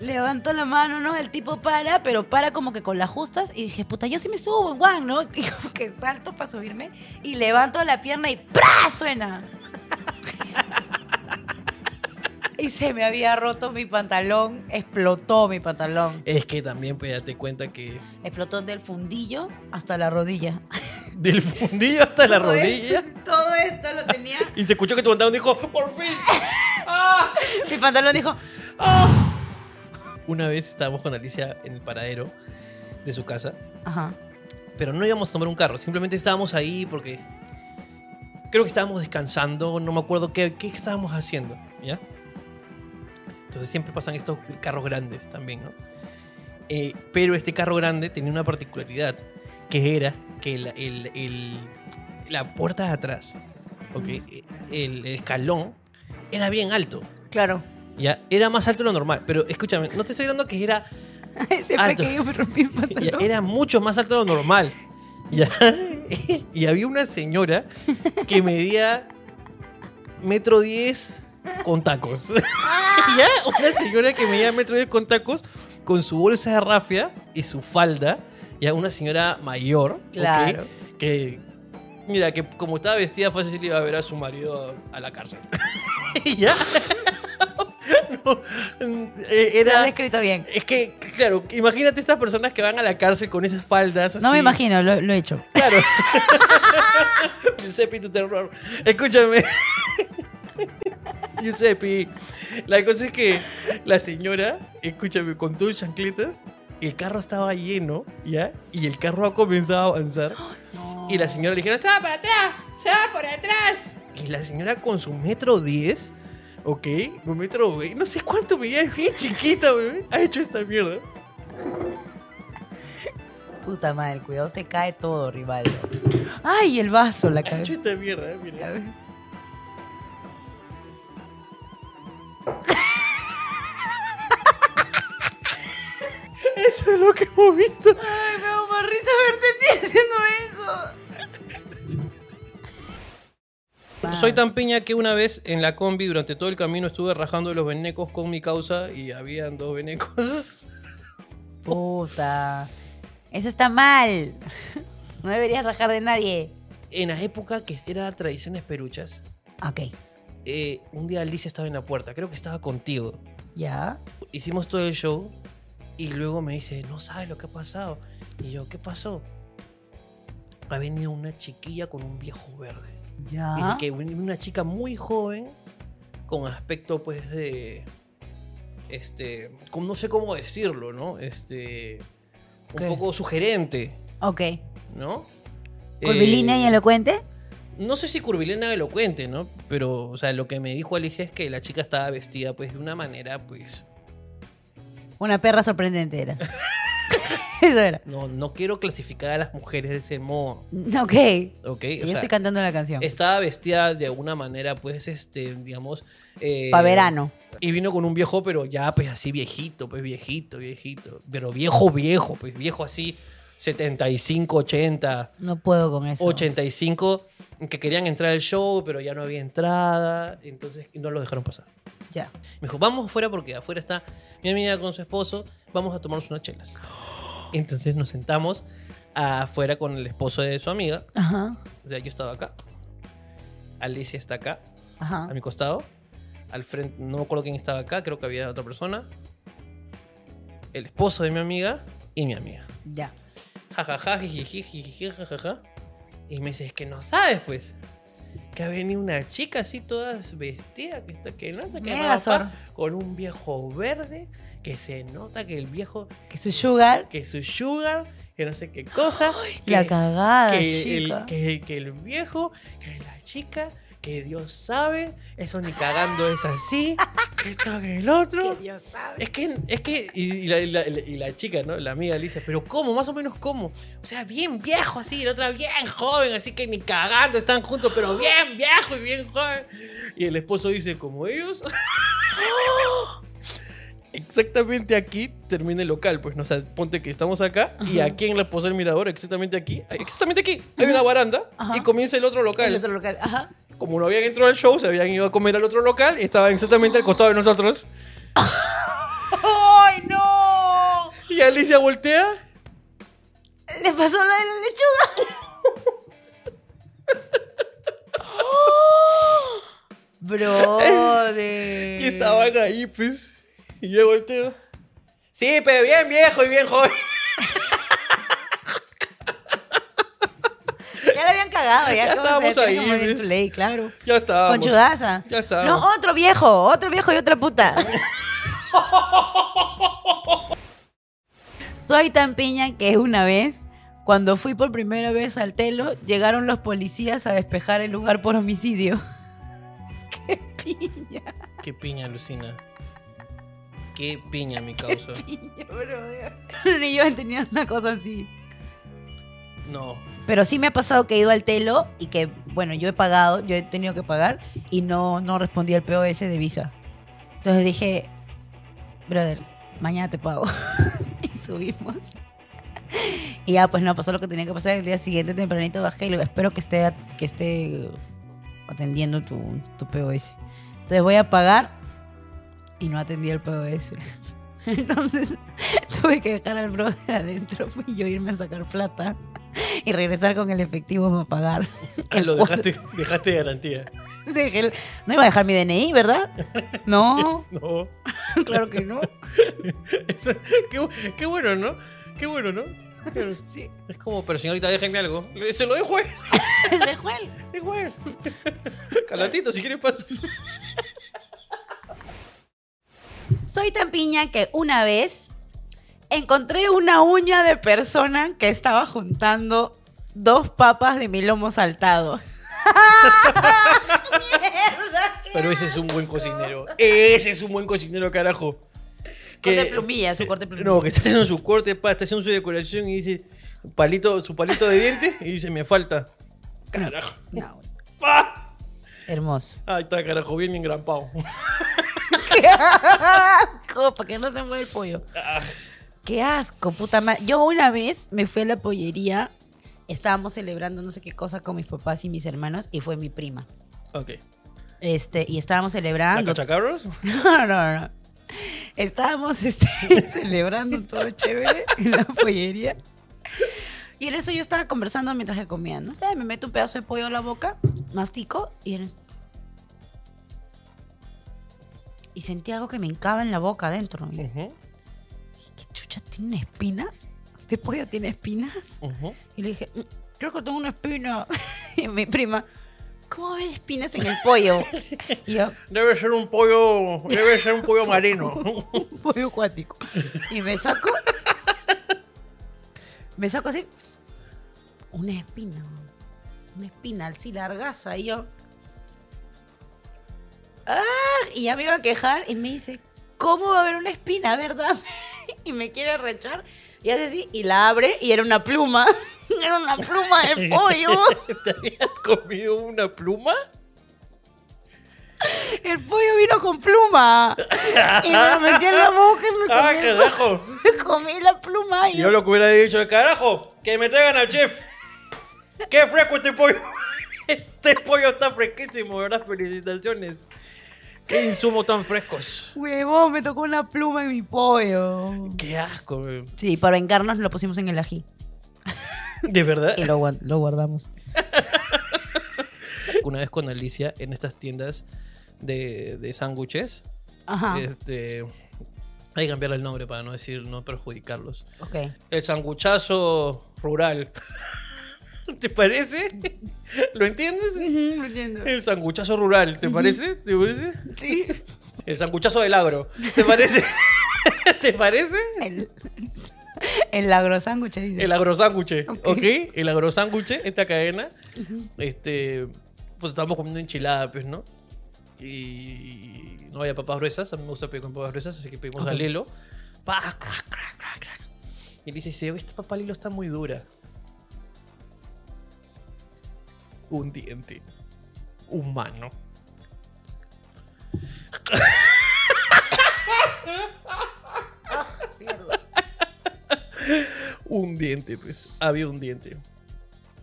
Speaker 2: Levanto la mano, ¿no? El tipo para, pero para como que con las justas. Y dije, puta, yo sí me subo en Juan, ¿no? Y como que salto para subirme. Y levanto la pierna y ¡pra! Suena. y se me había roto mi pantalón. Explotó mi pantalón.
Speaker 1: Es que también puedes darte cuenta que.
Speaker 2: Explotó del fundillo hasta la rodilla.
Speaker 1: del fundillo hasta la
Speaker 2: Todo
Speaker 1: rodilla.
Speaker 2: esto- Todo esto lo tenía.
Speaker 1: Y se escuchó que tu pantalón dijo, ¡por fin! ¡Ah!
Speaker 2: Mi pantalón dijo,
Speaker 1: Una vez estábamos con Alicia en el paradero de su casa,
Speaker 2: ajá,
Speaker 1: pero no íbamos a tomar un carro, simplemente estábamos ahí porque creo que estábamos descansando, no me acuerdo qué, qué estábamos haciendo, ¿ya? Entonces siempre pasan estos carros grandes también, ¿no? Eh, pero este carro grande tenía una particularidad, que era que la, el- el- la puerta de atrás, ¿ok? E, El- el escalón era bien alto.
Speaker 2: claro.
Speaker 1: Ya, era más alto de lo normal, pero escúchame, no te estoy dando que era,
Speaker 2: Ese
Speaker 1: Alto.
Speaker 2: pequeño me rompí el
Speaker 1: Ah, ya,
Speaker 2: pantalón.
Speaker 1: era mucho más alto de lo normal. Ya. Y había una señora que medía metro diez con tacos. ya, una señora que medía metro diez con tacos, con su bolsa de rafia y su falda. Ya, una señora mayor. ¿ok?
Speaker 2: Claro.
Speaker 1: Que, mira, que como estaba vestida fácil iba a ver a su marido a la cárcel. ya. No, eh,
Speaker 2: Lo has
Speaker 1: era...
Speaker 2: descrito bien.
Speaker 1: Es que, claro, imagínate estas personas que van a la cárcel con esas faldas.
Speaker 2: No
Speaker 1: así.
Speaker 2: me imagino, lo, lo he hecho.
Speaker 1: Claro. Giuseppe, tu terror. Escúchame. Giuseppe. La cosa es que la señora, escúchame, con dos chancletas, el carro estaba lleno, ¿ya? Y el carro ha comenzado a avanzar. Y la señora le dijeron, ¡se va para atrás! ¡Se va para atrás! Y la señora con su metro 10, ¿ok? Un metro, güey, no sé cuánto medía, es bien chiquita, güey. Ha hecho esta mierda.
Speaker 2: Puta madre, cuidado, se cae todo, Rivaldo. Ay, el vaso, la
Speaker 1: Ha hecho
Speaker 2: cabeza.
Speaker 1: esta mierda, eh, mira. Eso es lo que hemos visto.
Speaker 2: Ay, me da más risa verte haciendo eso.
Speaker 1: Soy tan piña que una vez en la combi durante todo el camino estuve rajando los venecos con mi causa y habían dos venecos.
Speaker 2: Puta. Eso está mal. No deberías rajar de nadie.
Speaker 1: En la época que era tradiciones peruchas,
Speaker 2: Ok,
Speaker 1: eh, un día Alicia estaba en la puerta, creo que estaba contigo.
Speaker 2: ya.
Speaker 1: Hicimos todo el show y luego me dice, no sabes lo que ha pasado. Y yo, ¿qué pasó? Ha venido una chiquilla con un viejo verde. Dice
Speaker 2: Ya.
Speaker 1: que una chica muy joven, con aspecto pues de. Este. con- no sé cómo decirlo, ¿no? Este. Un
Speaker 2: ¿Qué?
Speaker 1: poco sugerente,
Speaker 2: Ok.
Speaker 1: eh, ¿no?
Speaker 2: ¿Curvilínea
Speaker 1: Eh,
Speaker 2: y elocuente?
Speaker 1: No sé si curvilínea o elocuente, ¿no? Pero, o sea, lo que me dijo Alicia es que la chica estaba vestida, pues, de una manera, pues.
Speaker 2: Una perra sorprendente era. eso era.
Speaker 1: No, no quiero clasificar a las mujeres de ese modo,
Speaker 2: Ok. Yo
Speaker 1: ¿ok? O sea, este,
Speaker 2: estoy cantando la canción.
Speaker 1: estaba vestida de alguna manera, pues, este, digamos. eh,
Speaker 2: Pa' verano.
Speaker 1: Y vino con un viejo, pero ya, pues así viejito, pues viejito, viejito. Pero viejo, viejo, pues viejo así, 75, 80,
Speaker 2: No puedo con eso.
Speaker 1: 85, que querían entrar al show, pero ya no había entrada, entonces no lo dejaron pasar.
Speaker 2: Ya.
Speaker 1: Me dijo, vamos afuera porque afuera está mi amiga con su esposo, vamos a tomarnos unas chelas. Entonces nos sentamos afuera con el esposo de su amiga,
Speaker 2: Ajá.
Speaker 1: o sea, yo estaba acá, Alicia está acá,
Speaker 2: Ajá.
Speaker 1: a mi costado. Al frente, no me acuerdo quién estaba acá, creo que había otra persona. El esposo de mi amiga y mi amiga.
Speaker 2: Ya.
Speaker 1: Ja, ja, ja, jijiji, jijiji, ja, ja, ja. Y me dice, es que no sabes, pues. Que ha venido una chica así, toda vestida, que está que nota, que
Speaker 2: Megazord.
Speaker 1: papá, con un viejo verde, que se nota que el viejo,
Speaker 2: Que su sugar.
Speaker 1: que su sugar, que no sé qué cosa. que-
Speaker 2: la cagada,
Speaker 1: que
Speaker 2: chica.
Speaker 1: el, que, que el viejo, que la chica, que Dios sabe, eso ni cagando es así, que esto que el otro. Es que, es que, y, y la, y la- y la chica, ¿no? La amiga Alicia, pero ¿cómo? Más o menos ¿cómo? O sea, bien viejo así, y la otra bien joven, así que ni cagando están juntos, pero bien viejo y bien joven. Y el esposo dice, como ellos. Exactamente aquí termina el local, pues, ¿no? O sea, ponte que estamos acá y aquí en la Posada del Mirador, exactamente aquí, exactamente aquí, hay una baranda
Speaker 2: Ajá.
Speaker 1: y comienza el otro local.
Speaker 2: El otro local. Ajá.
Speaker 1: Como no habían entrado al show, se habían ido a comer al otro local y estaban exactamente al costado de nosotros.
Speaker 2: ¡Ay, no!
Speaker 1: Y Alicia voltea,
Speaker 2: Le pasó la de la lechuga. Brother.
Speaker 1: y estaban ahí, pues, y yo volteo. Sí, pero bien viejo y bien joven.
Speaker 2: cagado. Ya,
Speaker 1: Ya
Speaker 2: como
Speaker 1: estábamos
Speaker 2: se- tiene
Speaker 1: ahí,
Speaker 2: como el
Speaker 1: ¿ves?
Speaker 2: play, claro.
Speaker 1: Ya estábamos.
Speaker 2: Con chudaza.
Speaker 1: Ya estábamos.
Speaker 2: No, otro viejo, otro viejo y otra puta. Soy tan piña que una vez, cuando fui por primera vez al telo, llegaron los policías a despejar el lugar por homicidio. ¡Qué piña,
Speaker 1: Qué piña, Lucina. Qué piña, mi causa.
Speaker 2: piña, brother! Ni yo he tenido una cosa así.
Speaker 1: No.
Speaker 2: Pero sí me ha pasado que he ido al telo y que, bueno, yo he pagado, yo he tenido que pagar y no, no respondí al POS de Visa. Entonces dije, brother, mañana te pago. y subimos. Y ya, pues no, pasó lo que tenía que pasar. El día siguiente tempranito bajé y le digo, espero que esté, que esté atendiendo tu, tu POS. Entonces voy a pagar y no atendí el POS. Entonces tuve que dejar al brother adentro y yo irme a sacar plata y regresar con el efectivo para pagar.
Speaker 1: Ah, lo dejaste, dejaste de garantía.
Speaker 2: Dejé el- No iba a dejar mi DNI, ¿verdad? No,
Speaker 1: No.
Speaker 2: claro que no.
Speaker 1: Eso- qué, bu- qué bueno, ¿no? Qué bueno, ¿no? Pero-
Speaker 2: Sí.
Speaker 1: es como, pero señorita, déjenme algo. Le- Se lo dejo eh. a él.
Speaker 2: Dejó él.
Speaker 1: Dejo a él. Calatito, si quieres pasar.
Speaker 2: Soy tan piña que una vez encontré una uña de persona que estaba juntando dos papas de mi lomo saltado. ¡Mierda! ¿qué?
Speaker 1: Pero ese es un buen cocinero. Ese es un buen cocinero, carajo.
Speaker 2: Corte de plumilla, su corte de plumilla.
Speaker 1: No, que está haciendo su corte, pa, está haciendo su decoración y dice palito, su palito de diente y dice, me falta. Carajo.
Speaker 2: No,
Speaker 1: ¡Ah!
Speaker 2: hermoso.
Speaker 1: Ahí está, carajo, bien engrampado.
Speaker 2: ¡Qué asco! ¿Para que no se mueve el pollo? ¡Qué asco, puta madre! Yo una vez me fui a la pollería, estábamos celebrando no sé qué cosa con mis papás y mis hermanos, y fue mi prima.
Speaker 1: Ok.
Speaker 2: Este, y estábamos
Speaker 1: ¿La
Speaker 2: celebrando.
Speaker 1: cachacarros?
Speaker 2: No, no, no. Estábamos este, celebrando todo chévere en la pollería. Y en eso yo estaba conversando mientras que comía, ¿no? Me meto un pedazo de pollo a la boca, mastico y en eso- Y sentí algo que me hincaba en la boca adentro. ¿no? Dije,
Speaker 1: Ujú,
Speaker 2: ¿Qué chucha tiene una espina? ¿Este pollo tiene espinas?
Speaker 1: ujú.
Speaker 2: Y le dije, "Mm, creo que tengo una espina. Y mi prima, ¿cómo va a haber espinas en el pollo? Y yo,
Speaker 1: Debe ser un pollo, debe ser un pollo marino.
Speaker 2: un pollo acuático. Y me saco. me saco así. Una espina. Una espina así largaza. Y yo. ¡Ah! Y ya me iba a quejar. Y me dice, ¿cómo va a haber una espina, verdad? y me quiere rechar. Y hace así. Y la abre. Y era una pluma. era una pluma de pollo.
Speaker 1: ¿Te habías comido una pluma?
Speaker 2: El pollo vino con pluma. Y me lo metí en la boca. Y me comí,
Speaker 1: ¡Ah,
Speaker 2: el-
Speaker 1: carajo!
Speaker 2: me comí la pluma. Y
Speaker 1: Yo lo que hubiera dicho, carajo, que me traigan al chef. ¡Qué fresco este pollo! Este pollo está fresquísimo, ¿verdad? Felicitaciones. ¡Qué insumos tan frescos!
Speaker 2: Huevón, me tocó una pluma en mi pollo.
Speaker 1: ¡Qué asco! weón.
Speaker 2: Sí, para vengarnos lo pusimos en el ají.
Speaker 1: De verdad.
Speaker 2: Y lo, guan- lo guardamos.
Speaker 1: Una vez con Alicia en estas tiendas de, de sándwiches,
Speaker 2: Ajá.
Speaker 1: este, hay que cambiarle el nombre para no decir, no perjudicarlos.
Speaker 2: Ok.
Speaker 1: El sanguchazo rural. ¿Te parece? ¿Lo entiendes?
Speaker 2: Lo entiendo.
Speaker 1: El sanguchazo rural, ¿te parece? ¿Te parece?
Speaker 2: Sí.
Speaker 1: El sanguchazo del agro, ¿te parece? ¿Te parece?
Speaker 2: El, el agrosándwich dice.
Speaker 1: El agrosánguche,
Speaker 2: Ok.
Speaker 1: ¿ok? El agrosánguche, esta cadena. Este, pues estábamos comiendo enchiladas, pues, ¿no? Y no había papas gruesas, a mí me gusta pedir con papas gruesas, así que pedimos
Speaker 2: Ok.
Speaker 1: al hilo. Pa, crac, crac, crac, crac. Y le dice, "Sí, esta papa al hilo está muy dura. Un diente humano. un diente, pues. Había un diente.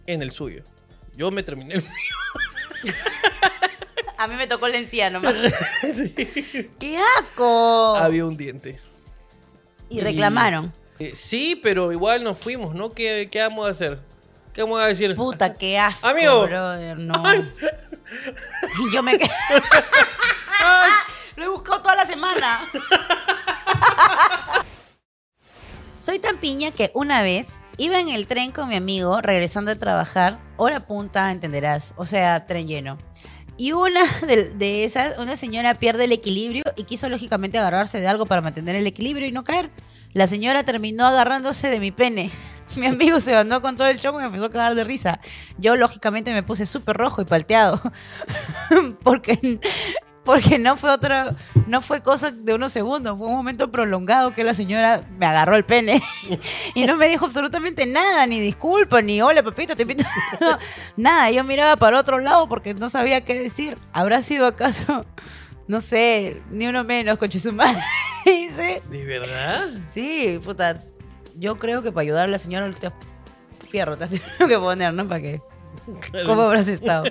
Speaker 1: En el suyo. Yo me terminé el
Speaker 2: A mí me tocó la encía nomás. ¡Qué asco!
Speaker 1: Había un diente.
Speaker 2: Y reclamaron.
Speaker 1: Eh, sí, pero igual nos fuimos, ¿no? ¿Qué, qué vamos a hacer? ¿Qué vamos a decir?
Speaker 2: Puta, qué asco,
Speaker 1: Amigo.
Speaker 2: brother. No. Y yo me quedé. Lo he buscado toda la semana. Soy tan piña que una vez Iba en el tren con mi amigo, regresando a trabajar, hora punta, entenderás, o sea, tren lleno. Y una de, de esas, una señora pierde el equilibrio y quiso lógicamente agarrarse de algo para mantener el equilibrio y no caer. La señora terminó agarrándose de mi pene. Mi amigo se andó con todo el chongo y me empezó a cagar de risa. Yo lógicamente me puse súper rojo y palteado. porque, porque no fue otra, no fue cosa de unos segundos, fue un momento prolongado que la señora me agarró el pene y no me dijo absolutamente nada, ni disculpa, ni hola papito, te invito. nada, yo miraba para otro lado porque no sabía qué decir. ¿Habrá sido acaso, no sé, ni uno menos, coche su madre? Dice.
Speaker 1: ¿De verdad?
Speaker 2: Sí, puta. Yo creo que para ayudar a la señora te has- fierro, te has tenido que poner, ¿no? ¿Para qué?
Speaker 1: Claro.
Speaker 2: ¿Cómo habrás estado?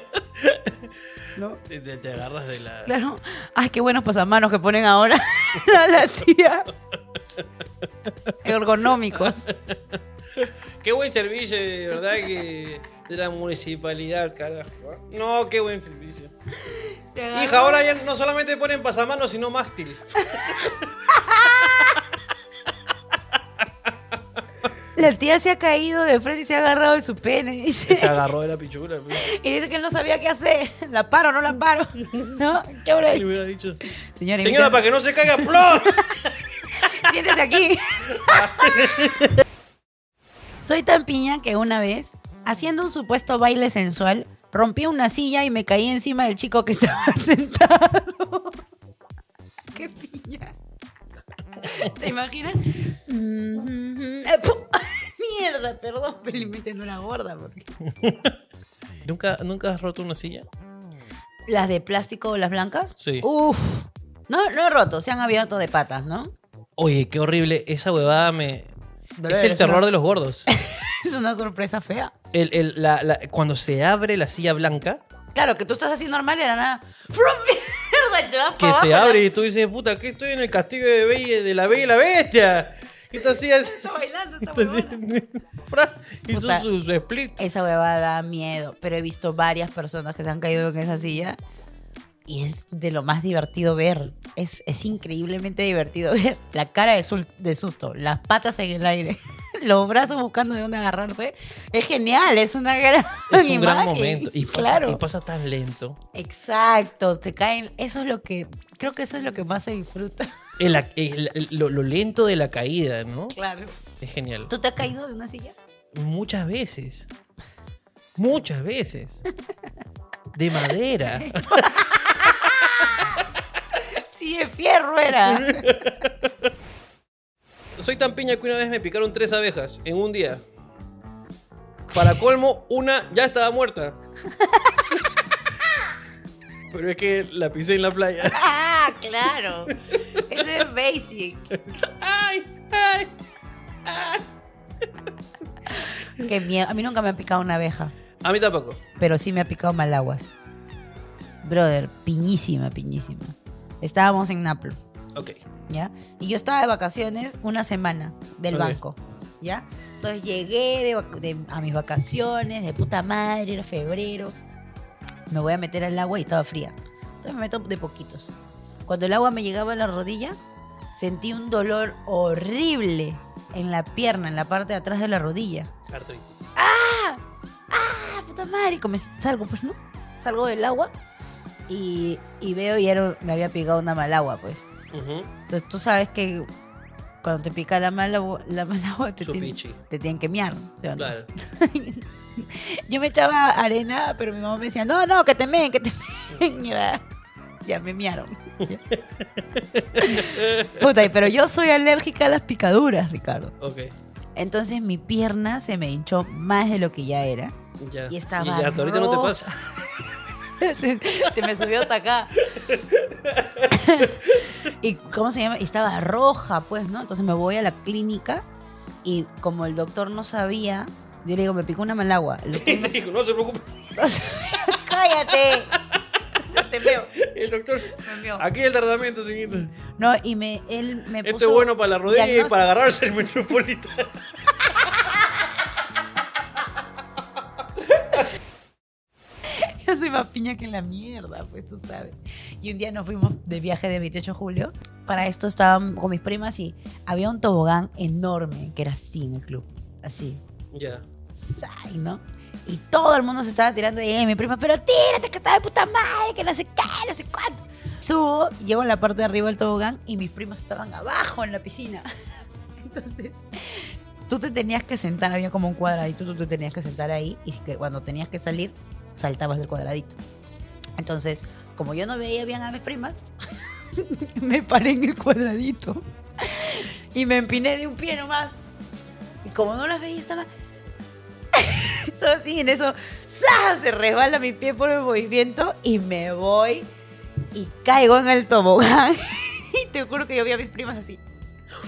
Speaker 2: ¿No?
Speaker 1: Te, te- te agarras de la.
Speaker 2: Claro. Ay, qué buenos pasamanos que ponen ahora a la tía. Ergonómicos.
Speaker 1: Qué buen servicio, de verdad, que de la municipalidad, carajo. ¿eh? No, qué buen servicio.
Speaker 2: Se agarró-
Speaker 1: Hija, ahora ya no solamente ponen pasamanos, sino mástil.
Speaker 2: La tía se ha caído de frente y se ha agarrado de su pene. Dice,
Speaker 1: Se agarró de la pichula. pues.
Speaker 2: y dice que él no sabía qué hacer. ¿La paro o no la paro? ¿No? ¿Qué habrá
Speaker 1: Le
Speaker 2: hecho?
Speaker 1: hubiera dicho.
Speaker 2: Señora,
Speaker 1: Señora, para
Speaker 2: invítame-
Speaker 1: que no se caiga, ¡plom!
Speaker 2: siéntese aquí. Soy tan piña que una vez, haciendo un supuesto baile sensual, rompí una silla y me caí encima del chico que estaba sentado. ¡Qué piña! ¿Te imaginas? Mm, eh, pu- Mierda, perdón, felizmente no era gorda. Porque...
Speaker 1: ¿Nunca, ¿Nunca has roto una silla?
Speaker 2: ¿Las de plástico o las blancas?
Speaker 1: Sí.
Speaker 2: Uf. No, no he roto, se han abierto de patas, ¿no?
Speaker 1: Oye, qué horrible. Esa huevada me.
Speaker 2: Dolores,
Speaker 1: Es el terror
Speaker 2: una-
Speaker 1: de los gordos.
Speaker 2: Es una sorpresa fea.
Speaker 1: El- el- la- la- cuando se abre la silla blanca,
Speaker 2: Claro, que tú estás así normal y de la nada. ¡Frum! Mierda, y te vas
Speaker 1: que
Speaker 2: para
Speaker 1: se
Speaker 2: abajo,
Speaker 1: abre y tú dices, puta, que estoy en el castigo de, Bella- de la bella y la bestia. ¿Qué estás haciendo?
Speaker 2: Está bailando, está
Speaker 1: Entonces,
Speaker 2: huevona.
Speaker 1: Fra- hizo
Speaker 2: Puta.
Speaker 1: su, su split.
Speaker 2: Esa huevada da miedo, pero he visto varias personas que se han caído en esa silla y es de lo más divertido ver. Es, es increíblemente divertido ver la cara de, sul- de susto, las patas en el aire, los brazos buscando de dónde agarrarse. Es genial, es una gran
Speaker 1: Es un gran
Speaker 2: imagen.
Speaker 1: momento. Y pasa,
Speaker 2: claro.
Speaker 1: y pasa tan lento.
Speaker 2: Exacto, te caen. Eso es lo que. Creo que eso es lo que más se disfruta.
Speaker 1: El- el- el- lo, lo lento de la caída, ¿no?
Speaker 2: Claro.
Speaker 1: Es genial.
Speaker 2: ¿Tú te has caído de una silla?
Speaker 1: Muchas veces. Muchas veces. De madera.
Speaker 2: Sí, de fierro era.
Speaker 1: Soy tan piña que una vez me picaron tres abejas en un día. Para colmo, una ya estaba muerta. Pero es que la pisé en la playa.
Speaker 2: Ah, claro. Ese es basic.
Speaker 1: ¡Ay! ¡Ay!
Speaker 2: Qué miedo. A mí nunca me ha picado una abeja,
Speaker 1: A mí tampoco.
Speaker 2: pero sí me ha picado malaguas. Brother, piñísima, piñísima. Estábamos en Naplo,
Speaker 1: Ok.
Speaker 2: ¿ya? Y yo estaba de vacaciones una semana del
Speaker 1: Ok.
Speaker 2: banco, ¿ya? Entonces llegué de vac- de- a mis vacaciones, de puta madre, era febrero. Me voy a meter al agua y estaba fría. Entonces me meto de poquitos. Cuando el agua me llegaba a la rodilla, sentí un dolor horrible en la pierna, en la parte de atrás de la rodilla.
Speaker 1: Artritis.
Speaker 2: ¡Ah, puta madre! Y como es- salgo, pues, ¿no? Salgo del agua y, y veo y era, me había picado una mal agua, pues.
Speaker 1: Ujú.
Speaker 2: Entonces tú sabes que cuando te pica la mala, agua- la mala agua te,
Speaker 1: Su
Speaker 2: tienen-
Speaker 1: pichi.
Speaker 2: te tienen que miar. ¿sí o no?
Speaker 1: Claro.
Speaker 2: Yo me echaba arena, pero mi mamá me decía, no, no, que te meen, que te meen. Y era- Ya me miaron. Puta, y pero yo soy alérgica a las picaduras, Ricardo.
Speaker 1: Ok.
Speaker 2: Entonces mi pierna se me hinchó más de lo que ya era.
Speaker 1: Ya.
Speaker 2: Y estaba
Speaker 1: ya hasta ahorita no te
Speaker 2: roja.
Speaker 1: pasa.
Speaker 2: se, se me subió hasta acá. y cómo se llama, Y estaba roja, pues, ¿no? Entonces me voy a la clínica y como el doctor no sabía, yo le digo, me picó una malagua. El doctor
Speaker 1: Y te dijo, no se preocupes.
Speaker 2: no sabía. ¡Cállate! Te veo,
Speaker 1: El doctor.
Speaker 2: me veo.
Speaker 1: Aquí el tratamiento, señorita.
Speaker 2: No, y me, él me puso...
Speaker 1: Esto es bueno para la rodilla y
Speaker 2: diagnóstico.
Speaker 1: para agarrarse el metropolitano.
Speaker 2: Yo soy más piña que la mierda, pues tú sabes. Y un día nos fuimos de viaje de 28 de julio. Para esto estaban con mis primas y había un tobogán enorme que era así en el club. Así.
Speaker 1: Ya.
Speaker 2: Sai, ¿no? Y todo el mundo se estaba tirando de "Eh, mi prima, pero tírate que está de puta madre, que no sé qué, no sé cuánto. Subo, llego a la parte de arriba del tobogán y mis primas estaban abajo en la piscina. Entonces, tú te tenías que sentar, había como un cuadradito, tú te tenías que sentar ahí y que cuando tenías que salir, saltabas del cuadradito. Entonces, como yo no veía bien a mis primas, me paré en el cuadradito y me empiné de un pie nomás. Y como no las veía, estaba. Estaba así, en eso. ¡za! Se resbala mi pie por el movimiento y me voy y caigo en el tobogán. y te juro que yo vi a mis primas así.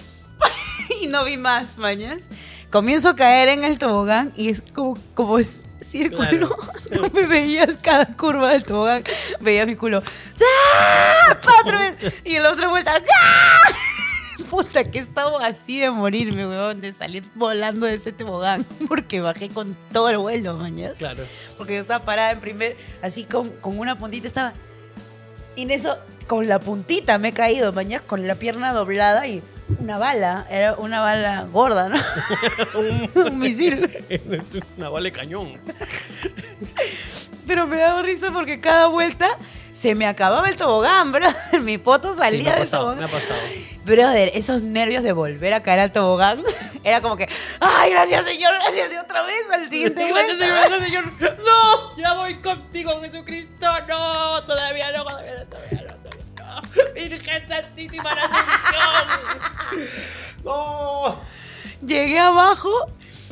Speaker 2: y no vi más, mañas. Comienzo a caer en el tobogán y es como, como es círculo.
Speaker 1: Claro.
Speaker 2: Tú me veías cada curva del tobogán. Veía mi culo. ¡Ah! ¡Patro! Y en la otra vuelta. ¡Ah! Puta, que estaba así de morirme, weón, de salir volando de ese tobogán. Porque bajé con todo el vuelo, mañas
Speaker 1: Claro.
Speaker 2: porque yo estaba parada en primer, así con, con una puntita estaba. Y en eso, con la puntita me he caído, mañana con la pierna doblada y una bala, era una bala gorda, ¿no? Un misil.
Speaker 1: es una bala de cañón.
Speaker 2: Pero me daba risa porque cada vuelta se me acababa el tobogán, bro. Mi poto
Speaker 1: Sí, me
Speaker 2: salía
Speaker 1: ha
Speaker 2: del
Speaker 1: pasado, me ha
Speaker 2: tobogán.
Speaker 1: pasado.
Speaker 2: Brother, esos nervios de volver a caer al tobogán, era como que, ay, gracias señor, gracias y otra vez al siguiente.
Speaker 1: Gracias,
Speaker 2: vuelta.
Speaker 1: señor, gracias, señor. ¡No! ¡Ya voy contigo, Jesucristo! ¡No! Todavía no, todavía no, todavía no. Todavía no. ¡Virgen Santísima la Asunción! ¡No!
Speaker 2: Llegué abajo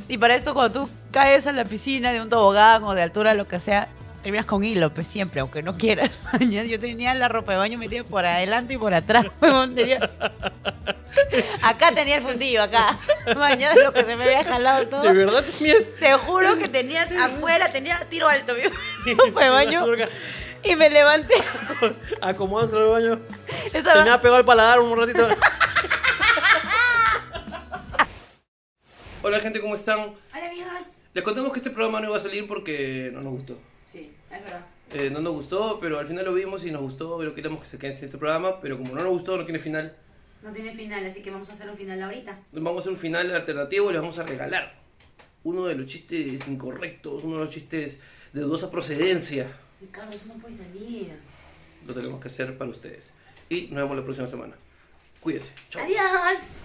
Speaker 2: y para esto cuando tú caes a la piscina de un tobogán o de altura, lo que sea, terminas con hilo, pues siempre, aunque no quieras. Yo yo tenía la ropa de baño metida por adelante y por atrás. huevón, tenía- Acá tenía el fundillo, acá. Mañana lo que se me había jalado todo.
Speaker 1: De verdad tenías.
Speaker 2: Te juro que tenía afuera, tenía tiro alto, mi ropa de baño. Y me levanté.
Speaker 1: Acomodándose el baño. Se me
Speaker 2: Estaba-
Speaker 1: ha pegado el paladar un ratito. Hola, gente, ¿cómo están?
Speaker 2: Hola amigos.
Speaker 1: Les contamos que este programa no iba a salir porque no nos gustó.
Speaker 2: Sí, es verdad.
Speaker 1: Eh, no nos gustó, pero al final lo vimos y nos gustó, pero queremos que se queden sin este programa, pero como no nos gustó, no tiene final,
Speaker 2: No tiene final, así que vamos a hacer un final ahorita.
Speaker 1: vamos a hacer un final alternativo y les vamos a regalar uno de los chistes incorrectos, uno de los chistes de dudosa procedencia.
Speaker 2: Ricardo, eso no puede salir.
Speaker 1: Lo tenemos que hacer para ustedes. Y nos vemos la próxima semana. Cuídense. Chao.
Speaker 2: Adiós.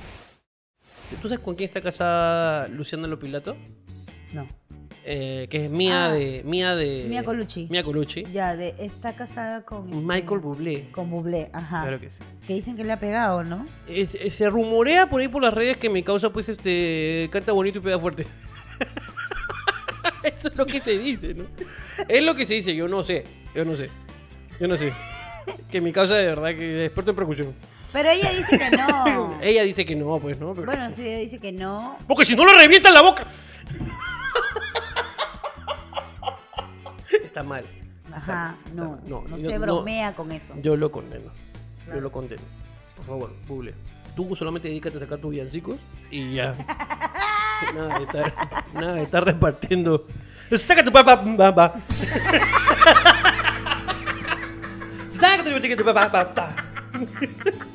Speaker 1: ¿Tú sabes con quién está casada Luciana Lopilato?
Speaker 2: No.
Speaker 1: Eh, que es Mía
Speaker 2: Ah.
Speaker 1: de... Mía de...
Speaker 2: Mia Colucci.
Speaker 1: Mía Colucci.
Speaker 2: Ya, de, está casada con... este-
Speaker 1: Michael Bublé.
Speaker 2: Con Bublé, ajá.
Speaker 1: Claro que sí.
Speaker 2: Que dicen que le ha pegado, ¿no?
Speaker 1: Es- es- se rumorea por ahí por las redes que mi causa pues este canta bonito y pega fuerte. Eso es lo que se dice, ¿no? Es lo que se dice, yo no sé, yo no sé. Yo no sé. Que mi causa de verdad que es experto en percusión.
Speaker 2: Pero ella dice que no.
Speaker 1: Ella dice que no, pues, ¿no? Pero-
Speaker 2: bueno, sí, ella dice que no.
Speaker 1: Porque si no lo revientan la boca. Está mal.
Speaker 2: Ajá, no.
Speaker 1: no,
Speaker 2: No,
Speaker 1: yo- no.
Speaker 2: se bromea con eso.
Speaker 1: Yo lo condeno. Yo lo condeno. Por favor, Google. Tú solamente dedícate a sacar tus villancicos y ya. nada, de estar, nada de estar repartiendo. Saca tu papá, papá. Saca tu papá, papá.